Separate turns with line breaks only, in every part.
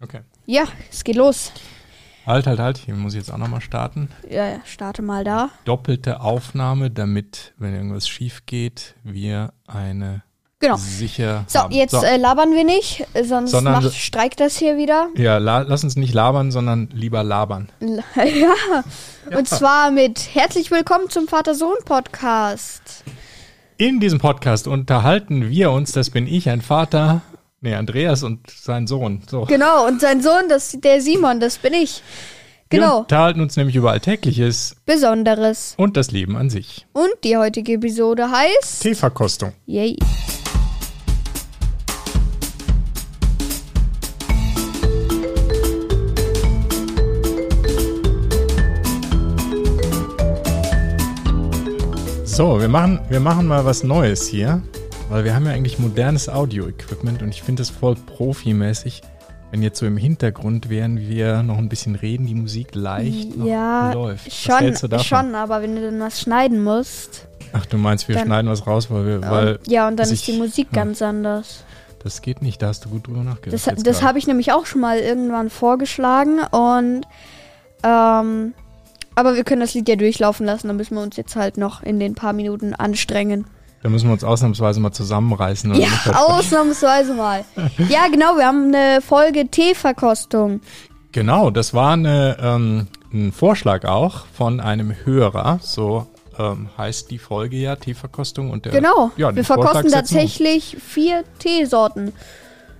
Okay.
Ja, es geht los.
Halt, halt, halt. Hier muss ich jetzt auch nochmal starten.
Ja, ja, starte mal da.
Doppelte Aufnahme, damit, wenn irgendwas schief geht, wir eine
Genau.
sicher.
So,
haben.
jetzt
So.
Äh, labern wir nicht, äh, sonst
Sondern
macht,
so-
streikt das hier wieder.
ja, la lass uns nicht labern, sondern lieber labern.
L- Ja. Und zwar mit herzlich willkommen zum Vater-Sohn-Podcast.
In diesem Podcast unterhalten wir uns, das bin ich, ein Vater, nee, Andreas und sein Sohn. So.
Genau, und sein Sohn, das der Simon, das bin ich.
Wir
Genau,
unterhalten uns nämlich über Alltägliches
Besonderes.
und das Leben an sich.
Und die heutige Episode heißt.
Teeverkostung.
Yay.
So, wir machen, wir machen mal was Neues hier, weil wir haben ja eigentlich modernes Audio-Equipment und ich finde es voll profimäßig, wenn jetzt so im Hintergrund, während wir noch ein bisschen reden, die Musik leicht noch
Ja,
läuft. Was
schon,
hältst du davon?
schon, aber wenn du dann was schneiden musst.
Ach, du meinst, wir
Dann-
schneiden was raus, weil wir, weil
und, ja, und dann
sich-
ist die Musik
ja.
ganz anders.
das geht nicht, da hast du gut drüber nachgedacht.
Das,
jetzt
das
gerade.
habe ich nämlich auch schon mal irgendwann vorgeschlagen und ähm, aber wir können das Lied ja durchlaufen lassen, dann müssen wir uns jetzt halt noch in den paar Minuten anstrengen.
Da müssen wir uns ausnahmsweise mal zusammenreißen. und
Ja,
nicht versprechen.
ausnahmsweise mal. ja, genau, wir haben eine Folge Teeverkostung.
Genau, das war eine, ähm, ein Vorschlag auch von einem Hörer. So ähm, heißt die Folge ja Teeverkostung und der
Genau.
Ja, den
wir
Vorschlag
verkosten
setzen wir um.
tatsächlich vier Teesorten.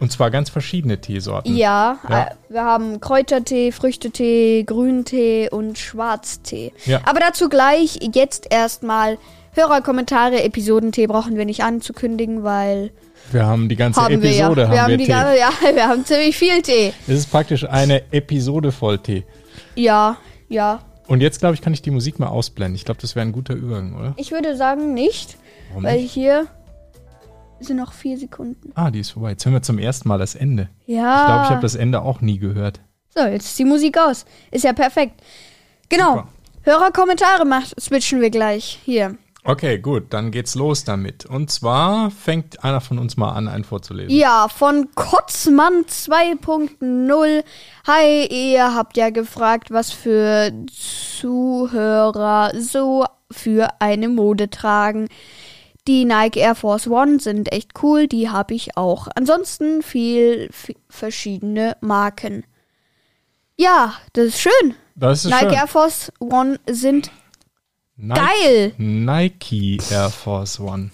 Und zwar ganz verschiedene Teesorten.
Ja,
Hm. Ja.
Äh, wir haben Kräutertee, Früchtetee, Grüntee und Schwarztee.
Ja.
Aber dazu gleich jetzt erstmal Hörerkommentare, Episodentee brauchen wir nicht anzukündigen, weil
Wir haben die ganze
haben
Episode
wir ja.
haben wir,
die
Tee.
ganze- ja, wir haben ziemlich viel Tee.
Es ist praktisch eine Episode voll Tee.
Ja, ja.
Und jetzt, glaube ich, kann ich die Musik mal ausblenden. Ich glaube, das wäre ein guter Übergang, oder?
Ich würde sagen nicht,
Warum
weil
nicht?
hier sind noch vier Sekunden.
Ah, die ist vorbei. Jetzt hören wir zum ersten Mal das Ende.
Ja.
Ich glaube, ich habe das Ende auch nie gehört.
So, jetzt ist die Musik aus. Ist ja perfekt. Genau.
Super.
Hörerkommentare macht, switchen wir gleich hier.
Okay, gut, dann geht's los damit. Und zwar fängt einer von uns mal an, einen vorzulesen.
Ja, von Kotzmann 2.0. Hi, ihr habt ja gefragt, was für Zuhörer so für eine Mode tragen. Die Nike Air Force One sind echt cool, die habe ich auch. Ansonsten viel, viel verschiedene Marken. Ja, das ist schön.
Das ist
Nike
schön.
Air Force One sind
Nike,
geil.
Nike Air Force One.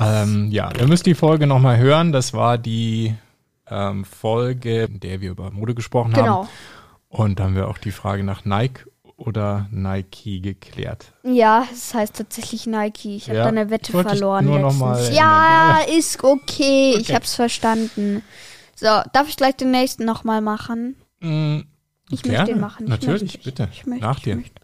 Ähm, ja, ihr müsst die Folge nochmal hören. Das war die ähm, Folge, in der wir über Mode gesprochen
Genau.
haben. Und da haben wir auch die Frage nach Nike oder Nike geklärt.
Ja, es heißt tatsächlich Nike. Ich habe
Ja,
da eine Wette
ich wollte dich
verloren
nur noch
letztens.
mal erinnern.
ja, ist okay. Ich
Okay.
hab's verstanden. So, darf ich gleich den nächsten nochmal machen?
Mm,
Ich
gerne.
möchte den machen. Ich
Natürlich,
möchte, ich-
bitte.
ich möchte,
nach
ich
dir.
möchte.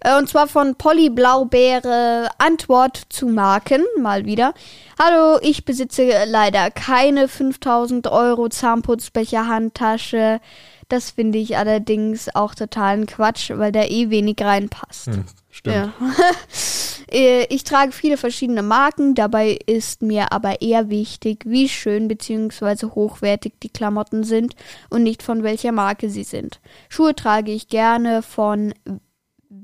Äh, Und zwar von Polly Blaubeere. Antwort zu Marken, mal wieder. Hallo, ich besitze leider keine 5000 Euro Zahnputzbecher Handtasche. Das finde ich allerdings auch totalen Quatsch, weil da eh wenig reinpasst.
Hm, stimmt.
Ja. Äh, ich trage viele verschiedene Marken, dabei ist mir aber eher wichtig, wie schön bzw. hochwertig die Klamotten sind und nicht von welcher Marke sie sind. Schuhe trage ich gerne von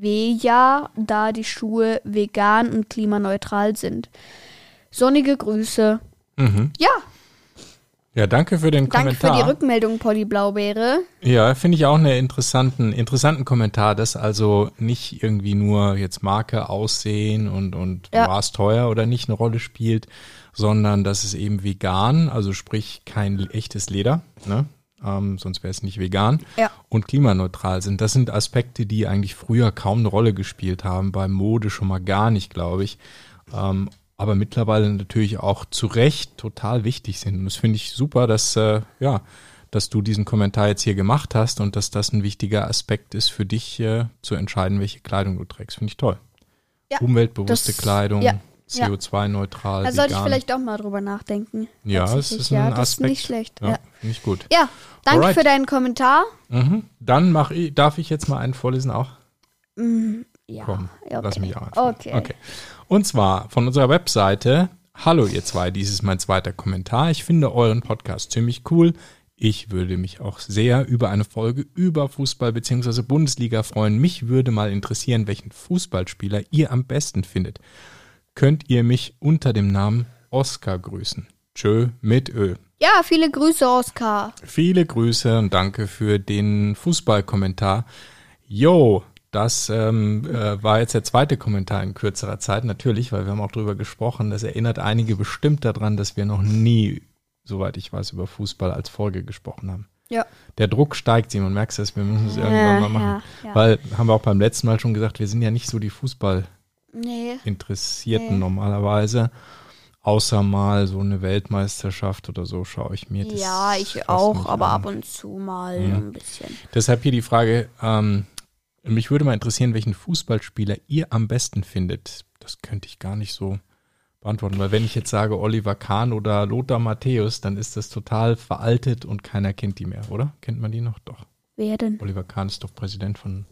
Veja, da die Schuhe vegan und klimaneutral sind. Sonnige Grüße.
Mhm.
Ja,
Ja, danke für den
danke
Kommentar.
für die Rückmeldung, Polly Blaubeere.
Ja, finde ich auch einen interessanten, interessanten Kommentar, dass also nicht irgendwie nur jetzt Marke, Aussehen und, und
Ja.
war es teuer oder nicht eine Rolle spielt, sondern dass es eben vegan, also sprich kein echtes Leder, ne? ähm, sonst wäre es nicht vegan,
Ja.
und klimaneutral sind. Das sind Aspekte, die eigentlich früher kaum eine Rolle gespielt haben, bei Mode schon mal gar nicht, glaube ich. Ähm, aber mittlerweile natürlich auch zu Recht total wichtig sind. Und das finde ich super, dass, äh, ja, dass du diesen Kommentar jetzt hier gemacht hast und dass das ein wichtiger Aspekt ist für dich, äh, zu entscheiden, welche Kleidung du trägst. Finde ich toll.
Ja,
Umweltbewusste
das-
Kleidung,
ja, ja.
CO2-neutral.
Da sollte ich
vegan.
vielleicht auch mal drüber nachdenken.
ja, es
Tatsächlich,
ist ein
ja,
Aspekt.
das ist nicht schlecht.
Ja,
Ja.
Finde ich gut.
Ja, danke
Alright.
für deinen Kommentar.
Mhm. Dann mach ich, darf ich jetzt mal einen vorlesen auch?
Ja,
Komm,
ja, okay.
lass mich auch anfangen.
Okay.
okay. Und zwar von unserer Webseite. Hallo ihr zwei, dies ist mein zweiter Kommentar. Ich finde euren Podcast ziemlich cool. Ich würde mich auch sehr über eine Folge über Fußball bzw. Bundesliga freuen. Mich würde mal interessieren, welchen Fußballspieler ihr am besten findet. Könnt ihr mich unter dem Namen Oscar grüßen? Tschö mit Ö.
Ja, viele Grüße, Oskar.
Viele Grüße und danke für den Fußballkommentar. Jo, das ähm, äh, war jetzt der zweite Kommentar in kürzerer Zeit, natürlich, weil wir haben auch drüber gesprochen. Das erinnert einige bestimmt daran, dass wir noch nie, soweit ich weiß, über Fußball als Folge gesprochen haben.
Ja.
Der Druck steigt, Simon, merkst du das? Wir müssen es irgendwann mal
Ja,
machen.
ja, ja.
Weil, haben wir auch beim letzten Mal schon gesagt, wir sind ja nicht so die
Nee.
Fußballinteressierten
Nee.
normalerweise. Außer mal so eine Weltmeisterschaft oder so schaue ich mir das
Ja, ich
fast Mhm.
auch,
nicht
aber
an.
ab und zu mal
Ja.
ein bisschen.
Deshalb hier die Frage, ähm, mich würde mal interessieren, welchen Fußballspieler ihr am besten findet. Das könnte ich gar nicht so beantworten, weil wenn ich jetzt sage Oliver Kahn oder Lothar Matthäus, dann ist das total veraltet und keiner kennt die mehr, oder? Kennt man die noch? Doch.
Wer denn?
Oliver Kahn ist doch Präsident von,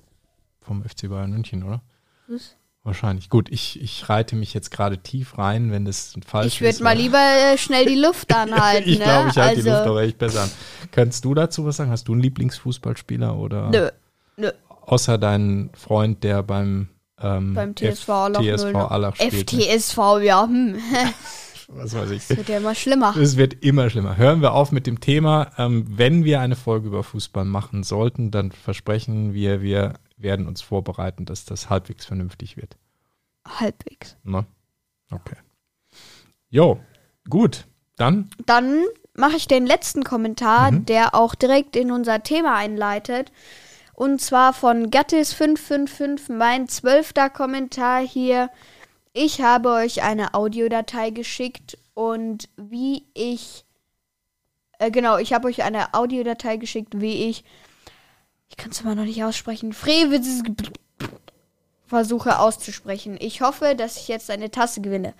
vom FC Bayern München, oder?
Was?
Wahrscheinlich. Gut, ich, ich reite mich jetzt gerade tief rein, wenn das falsch ist.
Ich würde mal
aber-
lieber äh, schnell die Luft anhalten.
Ich glaube,
ne?
ich halte
also,
die Luft aber echt besser an. Kannst du dazu was sagen? Hast du einen Lieblingsfußballspieler oder?
Nö, nö.
außer deinen Freund, der beim, ähm,
Beim
F-
TSV Allach,
TSV Allach spielt. ne?
FTSV, ja. Hm.
Was weiß ich.
Wird ja immer schlimmer.
Es wird immer schlimmer. Hören wir auf mit dem Thema. Ähm, wenn wir eine Folge über Fußball machen sollten, dann versprechen wir, wir werden uns vorbereiten, dass das halbwegs vernünftig wird.
Halbwegs.
Ne? Okay. Jo, gut. Dann
Dann mache ich den letzten Kommentar, der auch direkt in unser Thema einleitet. Und zwar von Gattis555, mein zwölfter Kommentar hier. Ich habe euch eine Audiodatei geschickt und wie ich. Äh, genau, ich habe euch eine Audiodatei geschickt, wie ich. Ich kann es immer noch nicht aussprechen. Frewitz versuche auszusprechen. Ich hoffe, dass ich jetzt eine Tasse gewinne.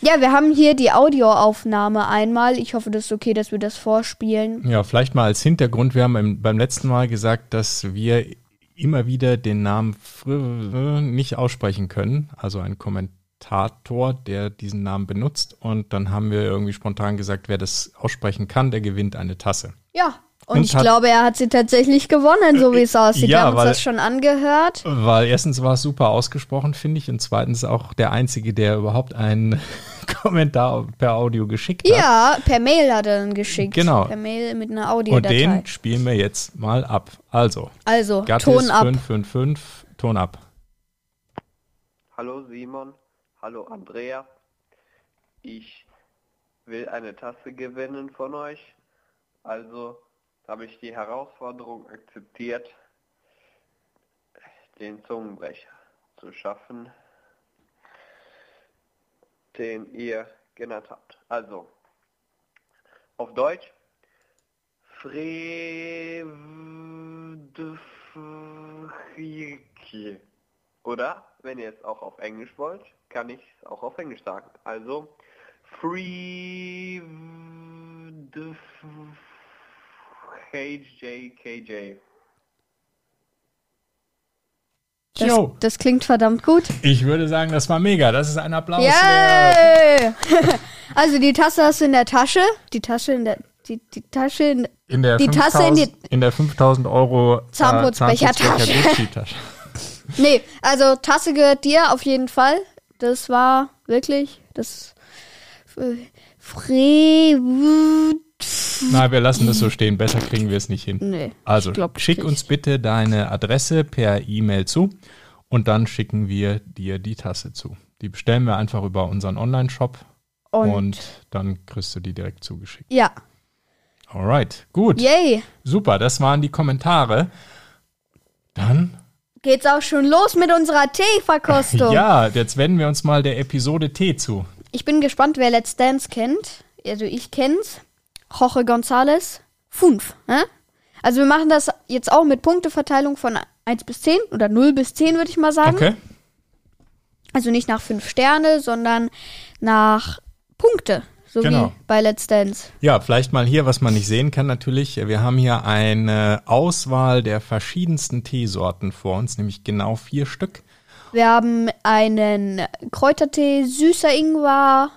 Ja, wir haben hier die Audioaufnahme einmal. Ich hoffe, das ist okay, dass wir das vorspielen.
Ja, vielleicht mal als Hintergrund. Wir haben im, beim letzten Mal gesagt, dass wir immer wieder den Namen Fr- nicht aussprechen können. Also ein Kommentator, der diesen Namen benutzt. Und dann haben wir irgendwie spontan gesagt, wer das aussprechen kann, der gewinnt eine Tasse.
Ja. Und,
Und
ich
hat- Äh,
glaube, er hat sie tatsächlich gewonnen, so wie es
ja,
aussieht. wir haben uns
weil-
das schon angehört.
Weil erstens war es super ausgesprochen, finde ich. Und zweitens auch der Einzige, der überhaupt einen Kommentar per Audio geschickt hat.
Ja, per Mail hat er dann geschickt.
Genau.
Per Mail mit einer
Und
Audiodatei.
den spielen wir jetzt mal ab. Also,
also,
Gattis
Ton ab.
555, Ton ab.
Hallo Simon, hallo Andrea. Ich will eine Tasse gewinnen von euch. Also habe ich die Herausforderung akzeptiert, den Zungenbrecher zu schaffen, den ihr genannt habt. Also, auf Deutsch. Fredfrikje. Oder, wenn ihr es auch auf Englisch wollt, kann ich es auch auf Englisch sagen. Also, free the KJ, KJ.
Das,
Jo.
das klingt verdammt gut.
Ich würde sagen, das war mega. Das ist ein Applaus. wert.
Yay! also, die Tasse hast du in der Tasche. Die Tasche in der. Die, die Tasche in der.
In der
Die Tasse in die-
5000 in der 5000 Euro äh,
Zahnputzbechertasche.
Zahnputzbecher Gucci-Tasche.
Nee, also Tasse gehört dir auf jeden Fall. Das war wirklich das äh, Fre
Nein, wir lassen das so stehen. Besser kriegen wir es nicht hin.
Nee,
also
ich glaub, das
schick
krieg
uns
ich.
bitte deine Adresse per E-Mail zu und dann schicken wir dir die Tasse zu. Die bestellen wir einfach über unseren Online-Shop und,
und,
dann kriegst du die direkt zugeschickt.
ja,
Alright, gut,
yay.
super. Das waren die Kommentare. Dann
Geht's auch schon los mit unserer Teeverkostung.
ja, jetzt wenden wir uns mal der Episode T zu.
Ich bin gespannt, wer Let's Dance kennt. Also ich kenn's. Jorge González. Fünf. Hä? Also wir machen das jetzt auch mit Punkteverteilung von 1 bis 10 oder 0 bis 10 würde ich mal sagen.
Okay.
Also nicht nach 5 Sterne, sondern nach Punkte. So
Genau.
wie bei Let's Dance.
Ja, vielleicht mal hier, was man nicht sehen kann natürlich. Wir haben hier eine Auswahl der verschiedensten Teesorten vor uns, nämlich genau vier Stück.
Wir haben einen Kräutertee, süßer Ingwer,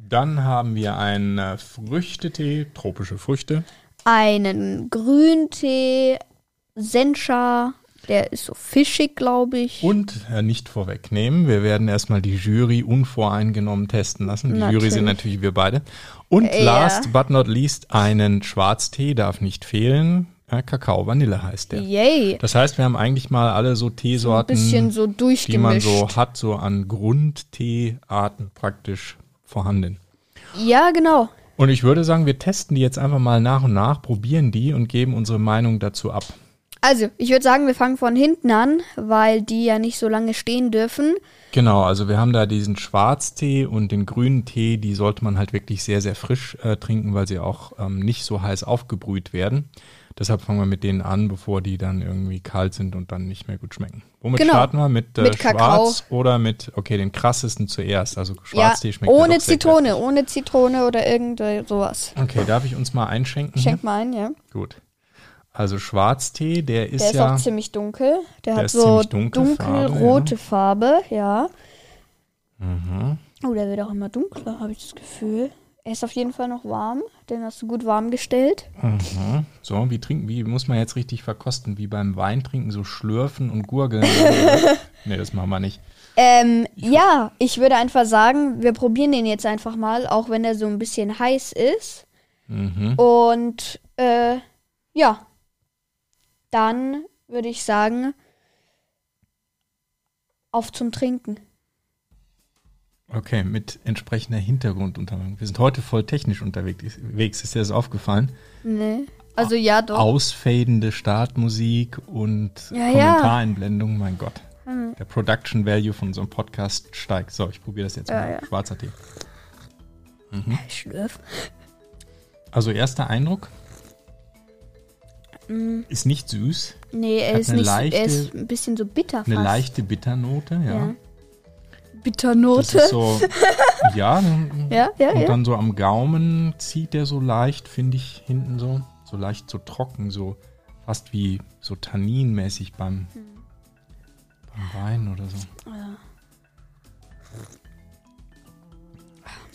Dann haben wir einen äh, Früchtetee, tropische Früchte.
einen Grüntee, Sencha, der ist so fischig, glaube ich.
Und äh, nicht vorwegnehmen, wir werden erstmal die Jury unvoreingenommen testen lassen. Die Jury sind natürlich wir beide. Und
Ja.
last but not least, einen Schwarztee darf nicht fehlen. Ja, Kakao Vanille heißt der.
Yay.
Das heißt, wir haben eigentlich mal alle so
Ein
Teesorten,
bisschen so
die man
durchgemischt.
so hat, so an Grundteearten praktisch vorhanden.
Ja, genau.
Und ich würde sagen, wir testen die jetzt einfach mal nach und nach, probieren die und geben unsere Meinung dazu ab.
Also, ich würde sagen, wir fangen von hinten an, weil die ja nicht so lange stehen dürfen.
Genau, also wir haben da diesen Schwarztee und den grünen Tee, die sollte man halt wirklich sehr, sehr frisch äh, trinken, weil sie auch ähm, nicht so heiß aufgebrüht werden. Deshalb fangen wir mit denen an, bevor die dann irgendwie kalt sind und dann nicht mehr gut schmecken. Womit
Genau.
starten wir? Mit, äh,
Mit Kakao.
Schwarz oder mit, okay, den krassesten zuerst. Also
Ja,
Schwarztee schmeckt ja
ohne
doch sehr
Zitrone, ohne Zitrone oder irgend sowas.
kräftig. Okay, darf ich uns mal einschenken?
Schenk mal ein, ja.
Hier? Gut. Also Schwarztee, der ist,
Der ist
ja,
auch ziemlich dunkel. Der, hat
ist
so
ziemlich dunkel,
dunkelrote Farbe, ja. Oh, der wird auch immer dunkler, habe ich das Gefühl. Er ist auf jeden Fall noch warm. Den hast du gut warm gestellt.
Mhm. So, wie trinken, wie muss man jetzt richtig verkosten? Wie beim Wein trinken, so schlürfen und gurgeln. nee, das machen wir nicht.
Ähm, ja, ich würde einfach sagen, wir probieren den jetzt einfach mal, auch wenn er so ein bisschen heiß ist. Und äh, ja, dann würde ich sagen, auf zum Trinken.
Okay, mit entsprechender Hintergrunduntermalung. Wir sind heute voll technisch unterwegs, ist dir das aufgefallen?
Nee. Also ja, doch.
Ausfadende Startmusik und
Ja, Hm. ja.
Kommentareinblendung, mein Gott. Der Production Value von so einem Podcast steigt. So, ich probiere das jetzt mal.
ja.
Schwarzer Tee.
Schlürf.
Also erster Eindruck.
Mm.
Ist nicht süß,
Nee, er
Hat
ist
eine
nicht so-
leichte-
er ist ein bisschen so bitter fast.
eine leichte Bitternote, ja.
Ja.
Das
Bitternote.
ist so, ja,
ja, ja,
Und
ja.
dann so am Gaumen zieht der so leicht, finde ich, hinten so. So leicht so trocken, so fast wie so tanninmäßig beim,
Hm.
beim Wein oder so.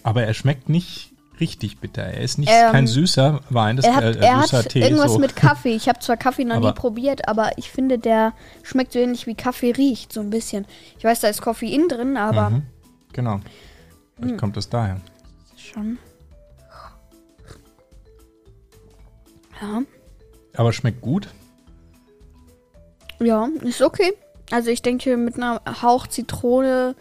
Aber er schmeckt nicht richtig bitter. Er ist nicht
Ähm,
kein süßer Wein, das
Er hat,
äh,
er
süßer
hat
Tee.
irgendwas
so.
mit Kaffee. Ich habe zwar Kaffee noch nie
Aber-
probiert, aber ich finde, der schmeckt so ähnlich wie Kaffee riecht, so ein bisschen. Ich weiß, da ist Koffein drin, aber Hm.
Mhm, genau. Vielleicht kommt das daher.
schon. Ja.
Aber schmeckt gut.
Ja, ist okay. Also ich denke, mit einer Hauch Zitrone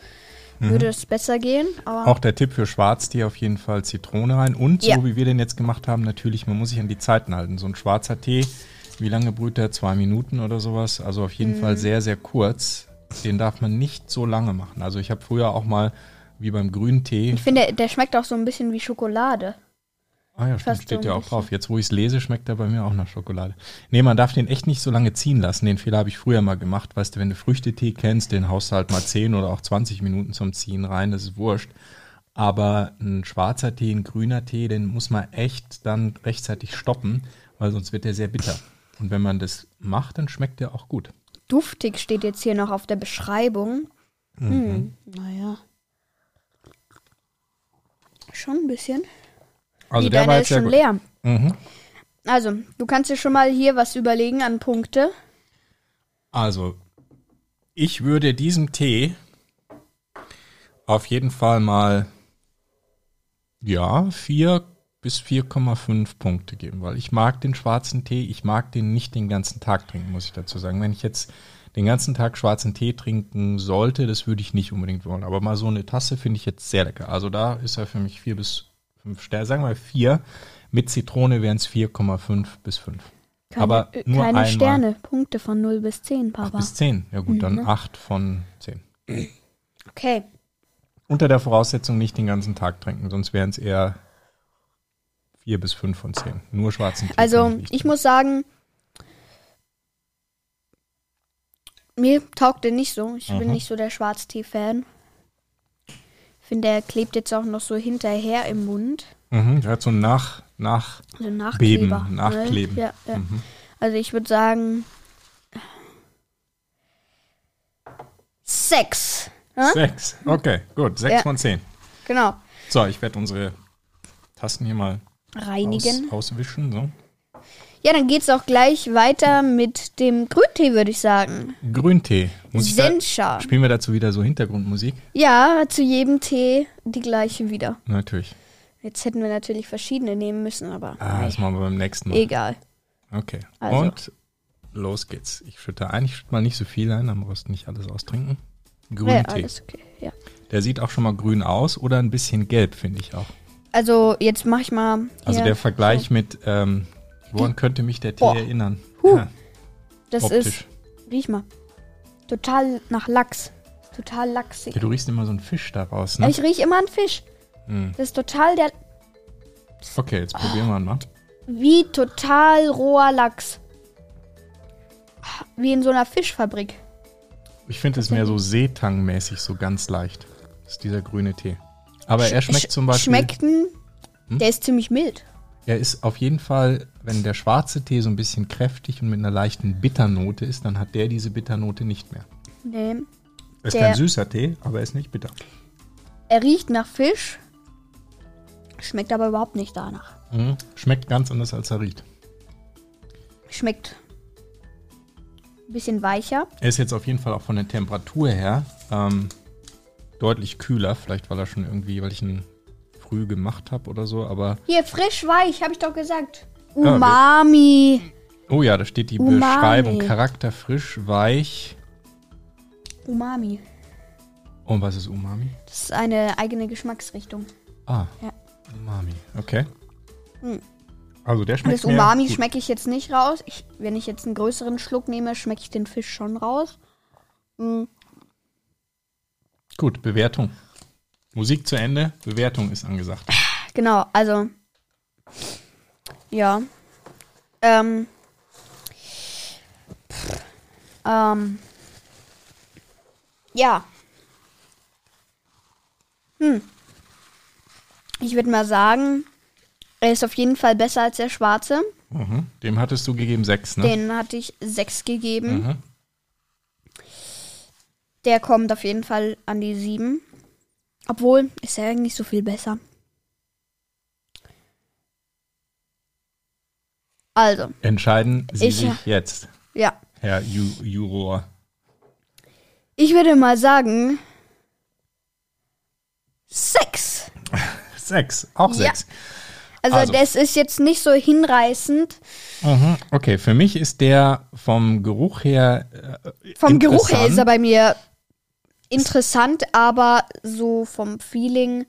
Mhm.
würde es besser gehen. Aber
Auch der Tipp für Schwarztee auf jeden Fall Zitrone rein. Und
Ja.
so wie wir den jetzt gemacht haben, natürlich, man muss sich an die Zeiten halten. So ein schwarzer Tee, wie lange brüht der? Zwei Minuten oder sowas. Also auf jeden
Mhm.
Fall sehr, sehr kurz. Den darf man nicht so lange machen. Also ich habe früher auch mal, wie beim grünen Tee,
ich finde, der schmeckt auch so ein bisschen wie Schokolade.
ah ja, stimmt,
fast
steht
so
ja
ein
auch drauf. Jetzt, wo ich es lese, schmeckt er bei mir auch nach Schokolade. Nee, man darf den echt nicht so lange ziehen lassen. Den Fehler habe ich früher mal gemacht. Weißt du, wenn du Früchtetee kennst, den haust du halt mal 10 oder auch 20 Minuten zum Ziehen rein. Das ist wurscht. Aber ein schwarzer Tee, ein grüner Tee, den muss man echt dann rechtzeitig stoppen, weil sonst wird der sehr bitter. Und wenn man das macht, dann schmeckt der auch gut.
Duftig steht jetzt hier noch auf der Beschreibung.
Mhm.
Hm, naja. Schon ein bisschen.
Also
die
der war
deine
jetzt
ist
sehr
schon
gut.
leer.
Mhm.
Also, du kannst dir schon mal hier was überlegen an Punkte.
Also, ich würde diesem Tee auf jeden Fall mal, ja, 4 bis 4,5 Punkte geben, weil ich mag den schwarzen Tee, ich mag den nicht den ganzen Tag trinken, muss ich dazu sagen. Wenn ich jetzt den ganzen Tag schwarzen Tee trinken sollte, das würde ich nicht unbedingt wollen. Aber mal so eine Tasse finde ich jetzt sehr lecker. Also da ist er für mich 4 bis 5 Sterne, sagen wir 4. Mit Zitrone wären es 4,5 bis 5.
Keine,
Aber
äh,
nur
keine
einmal.
Sterne. Punkte von 0 bis 10, Papa.
Bis 10. Ja gut, dann 8 von 10.
Okay.
Unter der Voraussetzung nicht den ganzen Tag trinken, sonst wären es eher 4 bis 5 von 10. Nur schwarzen Tee.
Also,
kann nicht
ich
trinken.
muss sagen, mir taugt der nicht so. Ich
Mhm.
bin nicht so der Schwarztee-Fan. Finde, er klebt jetzt auch noch so hinterher im Mund.
Mhm, der hat so nach, nach.
Also Nachkleber.
Beben, nachkleben. Mhm.
Ne? Ja, ja. Also ich würde sagen. Sechs. Ne?
6. Okay, gut. 6
Ja.
von 10.
Genau.
So, ich werde unsere Tassen hier mal aus,
Reinigen.
auswischen. So.
Ja, dann geht's auch gleich weiter mit dem Grüntee, würde ich sagen.
Grüntee. Muss ich da-
Sencha.
Spielen wir dazu wieder so Hintergrundmusik?
Ja, zu jedem Tee die gleiche wieder.
Natürlich.
Jetzt hätten wir natürlich verschiedene nehmen müssen, aber
Ah, das machen wir beim nächsten Mal.
egal.
Okay.
Also.
Und los geht's. Ich schütte ein. Ich schütte mal nicht so viel ein, am Rost nicht alles austrinken. Grüntee.
Ja, alles okay. Ja.
Der sieht auch schon mal grün aus oder ein bisschen gelb, finde ich auch.
Also jetzt mach ich mal.
Also
hier-
der Vergleich mit, ähm, woran könnte mich der Tee
Boah.
erinnern?
Huh.
Ja,
Das
optisch.
ist. Riech mal. Total nach Lachs. Total lachsig.
Ja, du riechst immer so einen Fisch daraus, ne?
Ich rieche immer einen Fisch.
Hm.
Das ist total der.
Okay, jetzt probieren wir
Ah,
mal.
Wie total roher Lachs. Wie in so einer Fischfabrik.
Ich finde es mehr so Seetang-mäßig, so ganz leicht. Das ist dieser grüne Tee. Aber er schmeckt zum Beispiel. Hm?
Schmeckten. Der ist ziemlich mild.
Er ist auf jeden Fall, wenn der schwarze Tee so ein bisschen kräftig und mit einer leichten Bitternote ist, dann hat der diese Bitternote nicht mehr.
Nee.
Er ist
Der-
kein süßer Tee, aber er ist nicht bitter.
Er riecht nach Fisch. Schmeckt aber überhaupt nicht danach.
Mhm. Schmeckt ganz anders, als er riecht.
Schmeckt. Ein bisschen weicher.
Er ist jetzt auf jeden Fall auch von der Temperatur her ähm, deutlich kühler. Vielleicht, weil er schon irgendwie, weil ich ihn früh gemacht habe oder so. Aber,
Hier, frisch weich, habe ich doch gesagt.
wir-
Umami.
oh ja, da steht die
Umami.
Beschreibung. Charakter frisch, weich.
Umami.
Und was ist Umami?
Das ist eine eigene Geschmacksrichtung.
Ah,
Ja.
Umami. Okay. Also der schmeckt
Das
mir
Umami
gut.
schmecke ich jetzt nicht raus. Ich, wenn ich jetzt einen größeren Schluck nehme, schmecke ich den Fisch schon raus. Mm,
Gut, Bewertung. Musik zu Ende, Bewertung ist angesagt.
Genau, also. Ja. Ähm. Pff, Ähm. Ja. Hm. Ich würde mal sagen, er ist auf jeden Fall besser als der schwarze.
Mhm. Dem hattest du gegeben sechs, ne?
Den hatte ich 6 gegeben.
Mhm.
Der kommt auf jeden Fall an die 7. Obwohl, ist er eigentlich so viel besser. Also,
Entscheiden Sie
Ich-
sich jetzt,
ja.
Herr Ju Juror.
Ich würde mal sagen. 6.
Sechs, auch
Ja.
sechs.
Also,
Also.
das ist jetzt nicht so hinreißend.
Mhm. Okay, für mich ist der vom Geruch her. Äh,
Vom Geruch her ist er
interessant.
bei mir interessant, aber so vom Feeling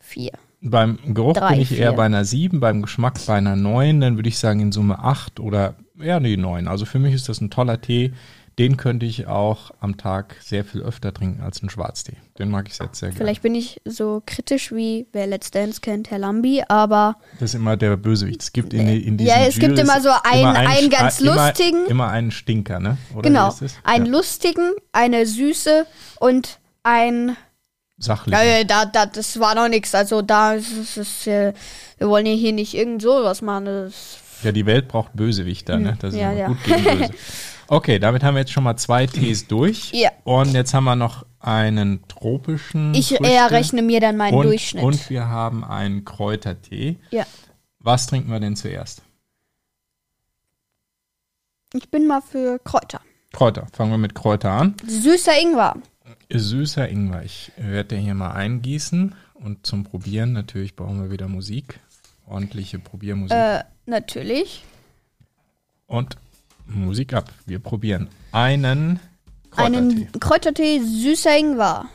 4.
Beim Geruch
Drei,
bin ich eher
vier.
bei einer sieben, beim Geschmack bei einer neun. Dann würde ich sagen in Summe acht oder ja, nee, neun. Also für mich ist das ein toller Tee. Den könnte ich auch am Tag sehr viel öfter trinken als einen Schwarztee. Den mag ich jetzt sehr gerne.
Vielleicht bin ich so kritisch wie wer Let's Dance kennt, Herr Lambi, aber
Das ist immer der Bösewicht. Es gibt in, in diesem
Ja, es gibt
Juries
immer so einen- einen
Sta-
ganz lustigen.
Immer, immer einen Stinker, ne? Oder
genau.
wie ist es?
Einen
ja.
lustigen, eine süße und ein.
Sachlich.
Ja, ja, da, da, das war noch nichts. Also da ist es. Ist, äh, wir wollen ja hier nicht irgend sowas machen. Das ist,
Ja, die Welt braucht Bösewichter, ne? Das ist
Hm. Ja,
immer
ja.
gut gegen Böse. Okay, damit haben wir jetzt schon mal zwei Tees durch.
Ja.
Und jetzt haben wir noch einen tropischen.
ich
Hm, Früchte
errechne mir dann meinen
und,
Durchschnitt.
Und wir haben einen Kräutertee.
Ja.
Was trinken wir denn zuerst?
Ich bin mal für Kräuter.
Kräuter. Fangen wir mit Kräuter an.
Süßer Ingwer.
Süßer Ingwer. Ich werde den hier mal eingießen. Und zum Probieren natürlich brauchen wir wieder Musik. Ordentliche Probiermusik.
Äh, natürlich.
Und Musik ab. Wir probieren einen Kräutertee.
Einen Kräutertee, süßer Ingwer.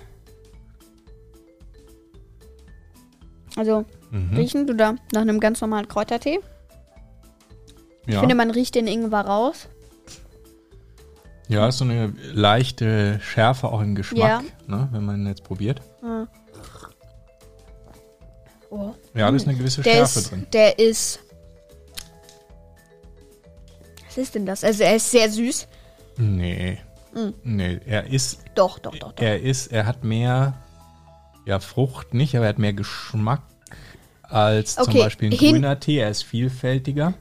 Also,
Mhm.
riechend oder nach einem ganz normalen Kräutertee. Ich
ja.
finde, man riecht den Ingwer raus.
ja, ist so eine leichte Schärfe auch im Geschmack,
Ja.
ne, wenn man ihn jetzt probiert.
Oh.
Ja, da ist eine gewisse
Der
Schärfe
ist,
drin.
der ist. Was ist denn das? Also, er ist sehr süß.
Nee.
Hm.
Nee, er ist,
Doch, doch, doch, doch.
er ist, er hat mehr, ja, Frucht nicht, aber er hat mehr Geschmack als zum
Okay,
Beispiel ein
hin-
grüner Tee. Er ist vielfältiger,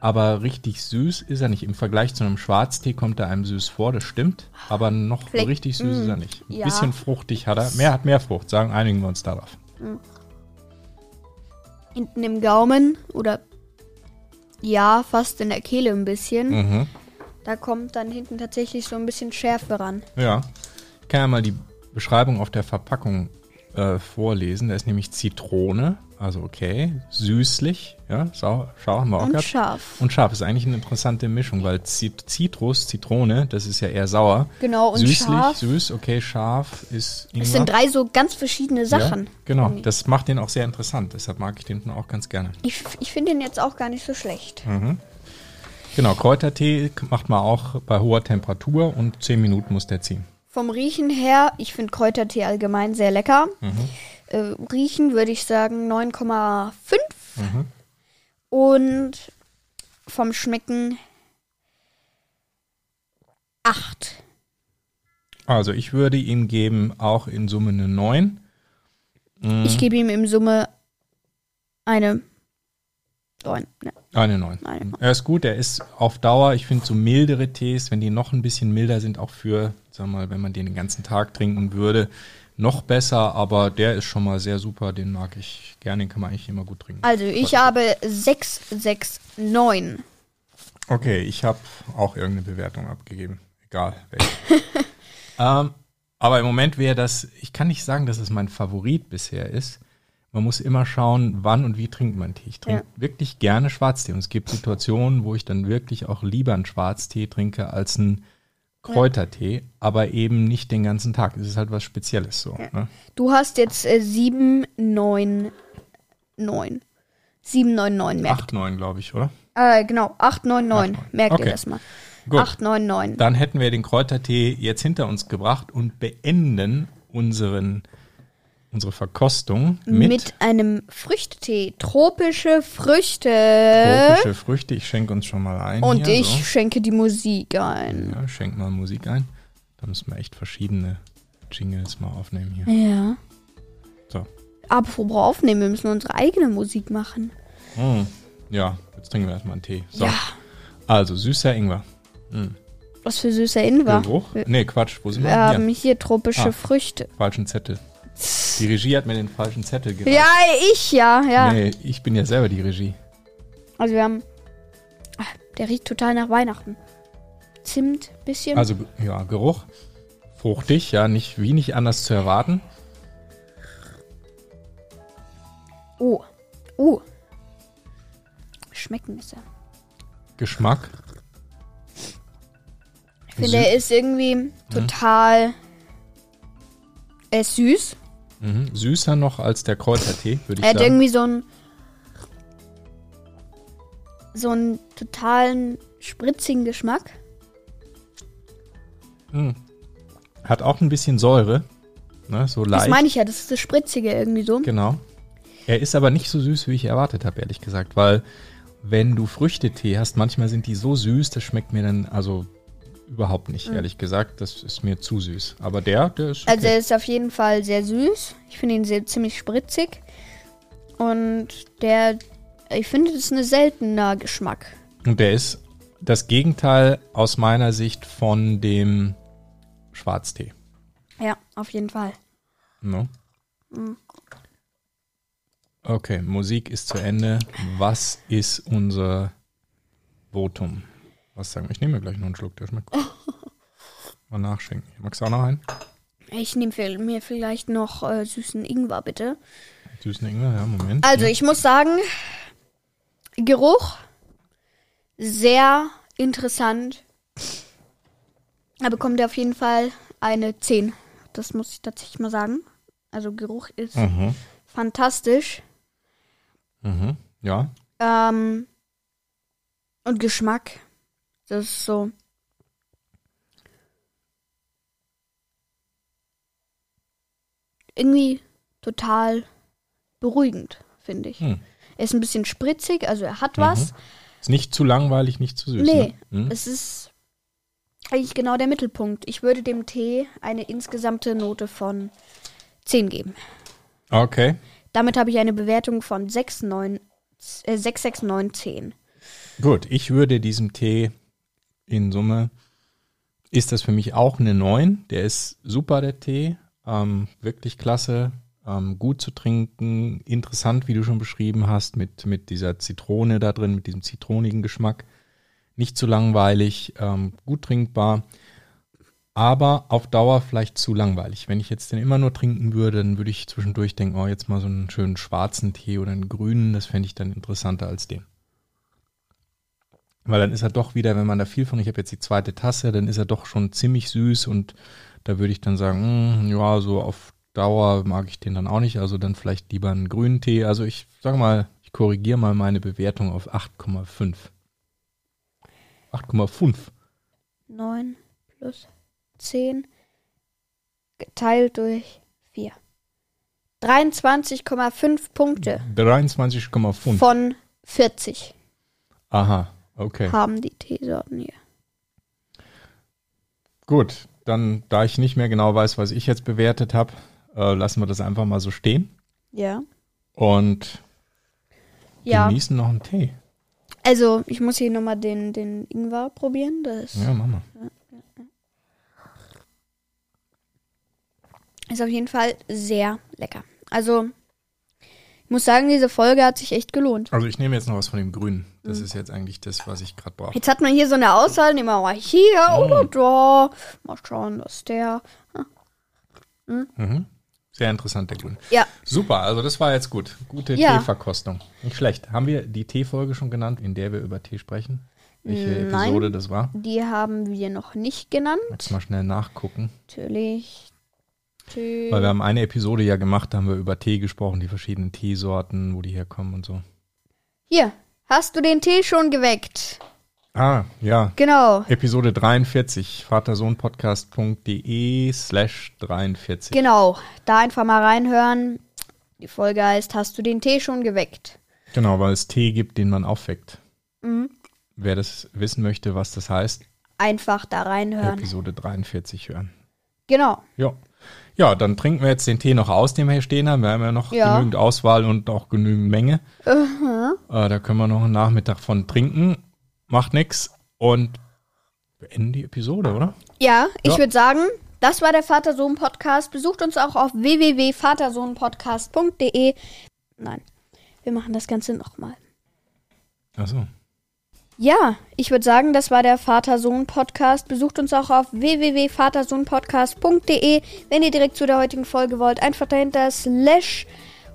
aber richtig süß ist er nicht. Im Vergleich zu einem Schwarztee kommt er einem süß vor, das stimmt, aber noch
Vielleicht- Hm,
richtig süß ist er nicht. Ein
ja.
bisschen fruchtig hat er, mehr hat mehr Frucht, sagen, einigen wir uns darauf.
Hinten im Gaumen oder ja, fast in der Kehle ein bisschen.
Mhm.
Da kommt dann hinten tatsächlich so ein bisschen Schärfe ran.
Ja. Ich kann ja mal die Beschreibung auf der Verpackung äh, vorlesen. Da ist nämlich Zitrone, also okay, süßlich, ja, sau, schau, haben wir auch
Und
gehabt.
scharf.
Und scharf ist eigentlich eine interessante Mischung, weil Zit Zitrus, Zitrone, das ist ja eher sauer.
Genau, und
Süßlich,
scharf.
süß, okay, scharf ist Ingwer.
Es sind drei so ganz verschiedene Sachen.
Ja, genau, das macht den auch sehr interessant. Deshalb mag ich den auch ganz gerne.
Ich, ich finde den jetzt auch gar nicht so schlecht.
Genau, Kräutertee macht man auch bei hoher Temperatur und 10 Minuten muss der ziehen.
Vom Riechen her, ich finde Kräutertee allgemein sehr lecker. Äh, riechen würde ich sagen 9,5. Und vom Schmecken 8.
Also ich würde ihm geben auch in Summe eine 9.
Ich gebe ihm im Summe eine 9. Ne.
Eine 9.
Eine Neun.
Er ist gut, er ist auf Dauer. Ich finde so mildere Tees, wenn die noch ein bisschen milder sind, auch für, sag mal, wenn man den den ganzen Tag trinken würde, noch besser. Aber der ist schon mal sehr super, den mag ich gerne, den kann man eigentlich immer gut trinken.
Also ich habe 6, 6, 9.
Okay, ich habe auch irgendeine Bewertung abgegeben. Egal welche. ähm, aber im Moment wäre das, ich kann nicht sagen, dass es mein Favorit bisher ist. Man muss immer schauen, wann und wie trinkt man Tee. Ich trinke wirklich gerne Schwarztee. Und es gibt Situationen, wo ich dann wirklich auch lieber einen Schwarztee trinke als einen Kräutertee, aber eben nicht den ganzen Tag. Es ist halt was Spezielles so. Ne?
Du hast jetzt äh, 7, 9, 9. 7, 9, 9, merk.
8, 9, glaube ich, oder?
Äh, genau, 8, 9, 9. Merk
Okay.
dir das mal.
Gut.
8, 9, 9.
Dann hätten wir den Kräutertee jetzt hinter uns gebracht und beenden unseren, unsere Verkostung mit,
Mit? einem Früchtetee. Tropische Früchte.
tropische Früchte. Ich schenke uns schon mal ein.
äh, Und
hier,
ich schenke die Musik ein.
So. Ja, schenk mal Musik ein. Da müssen wir echt verschiedene Jingles mal aufnehmen hier.
Ja.
So.
Apropos aufnehmen, wir müssen unsere eigene Musik machen.
Hm. Ja, jetzt trinken wir erstmal einen Tee. So.
Ja.
Also, süßer Ingwer.
Was für süßer Ingwer.
Geruch?
Wir,
Nee, Quatsch. Wo sind wir?
wir haben
Hier.
hier tropische
Ah.
Früchte.
Falschen Zettel. Die Regie hat mir den falschen Zettel gereicht.
Ja, ich ja, ja.
Nee, ich bin ja selber die Regie.
Also wir haben. Ah, Der riecht total nach Weihnachten. Zimt, bisschen.
Also, ja, Geruch. Fruchtig, ja, nicht, wie nicht anders zu erwarten.
oh. Oh. Schmecken ist er.
Geschmack.
Ich finde, er ist irgendwie
Mhm.
total. Er ist süß.
Mhm. Süßer noch als der Kräutertee, würde ich
Er hat
sagen.
irgendwie so einen. So einen totalen spritzigen Geschmack.
Hat auch ein bisschen Säure. Ne, so
Das
leicht.
meine ich ja, das ist das Spritzige irgendwie so.
Genau. Er ist aber nicht so süß, wie ich erwartet habe, ehrlich gesagt, weil wenn du Früchtetee hast, manchmal sind die so süß, das schmeckt mir dann also überhaupt nicht, ehrlich gesagt. Das ist mir zu süß. Aber der, der ist.
Hm. Also
okay.
er ist auf jeden Fall sehr süß. Ich finde ihn sehr, ziemlich spritzig. Und der, ich finde, das ist ein seltener Geschmack.
Und der ist das Gegenteil aus meiner Sicht von dem Schwarztee.
Ja, auf jeden Fall.
Ne?
Mhm.
Okay, Musik ist zu Ende. Was ist unser Votum? Was sagen wir? Ich nehme mir gleich noch einen Schluck, der schmeckt gut. Mal nachschenken. Magst du auch noch einen?
Ich nehme viel- mir vielleicht noch äh, süßen Ingwer, bitte.
Süßen Ingwer, ja, Moment.
Also, ich muss sagen, Geruch sehr interessant. Da bekommt er auf jeden Fall eine 10. Das muss ich tatsächlich mal sagen. Also, Geruch ist
Mhm.
fantastisch.
Mhm. Ja,
Ähm, und Geschmack. Das ist so. Irgendwie total beruhigend, finde ich.
Hm. Mhm.
Er ist ein bisschen spritzig, also er hat was.
ist nicht zu langweilig, nicht zu süß.
Nee,
Ne? Mhm.
es ist eigentlich genau der Mittelpunkt. Ich würde dem Tee eine insgesamte Note von 10 geben.
Okay,
Damit habe ich eine Bewertung von 6, 9, äh, 6, 6, 9, 10.
gut. Ich würde diesem Tee in Summe, ist das für mich auch eine 9. Der ist super, der Tee. Ähm, wirklich klasse. ähm, gut zu trinken, interessant, wie du schon beschrieben hast, mit, mit dieser Zitrone da drin, mit diesem zitronigen Geschmack. Nicht zu langweilig, ähm, gut trinkbar, aber auf Dauer vielleicht zu langweilig. Wenn ich jetzt den immer nur trinken würde, dann würde ich zwischendurch denken, oh, jetzt mal so einen schönen schwarzen Tee oder einen grünen, das fände ich dann interessanter als den. Weil dann ist er doch wieder, wenn man da viel von, ich habe jetzt die zweite Tasse, dann ist er doch schon ziemlich süß und da würde ich dann sagen, mm, ja, so auf Dauer mag ich den dann auch nicht, also dann vielleicht lieber einen grünen Tee. Also ich sage mal, ich korrigiere mal meine Bewertung auf 8,5. 8,5.
9 plus 10 geteilt durch 4. 23,5 Punkte
23,5.
von 40
Aha, okay.
haben die Teesorten hier.
Gut, dann, da ich nicht mehr genau weiß, was ich jetzt bewertet habe, äh, lassen wir das einfach mal so stehen
Ja.
und
Ja.
genießen noch einen Tee.
Also, ich muss hier nochmal den, den Ingwer probieren. Das
Ja, Mama.
ist auf jeden Fall sehr lecker. Also, ich muss sagen, diese Folge hat sich echt gelohnt.
Also ich nehme jetzt noch was von dem Grünen. Das
Mhm.
ist jetzt eigentlich das, was ich gerade brauche.
Jetzt hat man hier so eine Auswahl, nehmen wir mal hier
Oh.
oder da. Mal schauen, was der.
Mhm. Sehr interessant, der Grüne.
Ja,
Super, also das war jetzt gut. Gute
Ja.
Teeverkostung. Nicht schlecht. Haben wir die Teefolge schon genannt, in der wir über Tee sprechen? Welche
Nein.
Episode das war?
die haben wir noch nicht genannt.
Jetzt mal schnell nachgucken.
Natürlich. Tü-
Weil wir haben eine Episode ja gemacht, da haben wir über Tee gesprochen, die verschiedenen Teesorten, wo die herkommen und so.
Hier, hast du den Tee schon geweckt?
Ah, ja.
Genau,
Episode 43, vatersohnpodcast.de slash 43.
genau. Da einfach mal reinhören. Die Folge heißt, hast du den Tee schon geweckt?
Genau, weil es Tee gibt, den man aufweckt. Wer das wissen möchte, was das heißt,
Einfach da reinhören.
Episode 43 hören.
Genau.
Ja. Ja, dann trinken wir jetzt den Tee noch aus, den wir hier stehen haben. Wir haben ja noch
Ja.
genügend Auswahl und auch genügend Menge. Äh, da können wir noch einen Nachmittag von trinken. Macht nix und beenden die Episode, oder?
Ja, ich
Ja.
würde sagen, das war der Vatersohn-Podcast. Besucht uns auch auf www.vatersohnpodcast.de. Nein, wir machen das Ganze nochmal.
Achso.
Ja, ich würde sagen, das war der Vater-Sohn-Podcast. Besucht uns auch auf www.vatersohnpodcast.de. Wenn ihr direkt zu der heutigen Folge wollt, einfach dahinter slash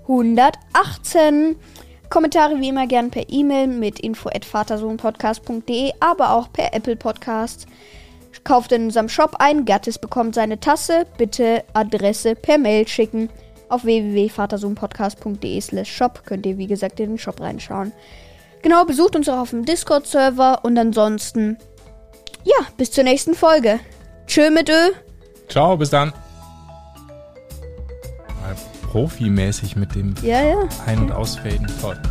118. Kommentare wie immer gern per E-Mail mit info at vatersohnpodcast.de, aber auch per Apple Podcast. Kauft in unserem Shop ein, Gattis bekommt seine Tasse. Bitte Adresse per Mail schicken. Auf www.vatersohnpodcast.de slash shop könnt ihr, wie gesagt, in den Shop reinschauen. Genau, besucht uns auch auf dem Discord-Server und ansonsten, ja, bis zur nächsten Folge. Tschö mit Ö.
Ciao, bis dann. Mal profimäßig mit dem
Ja, ja.
Ein- und Ausfaden. Toll.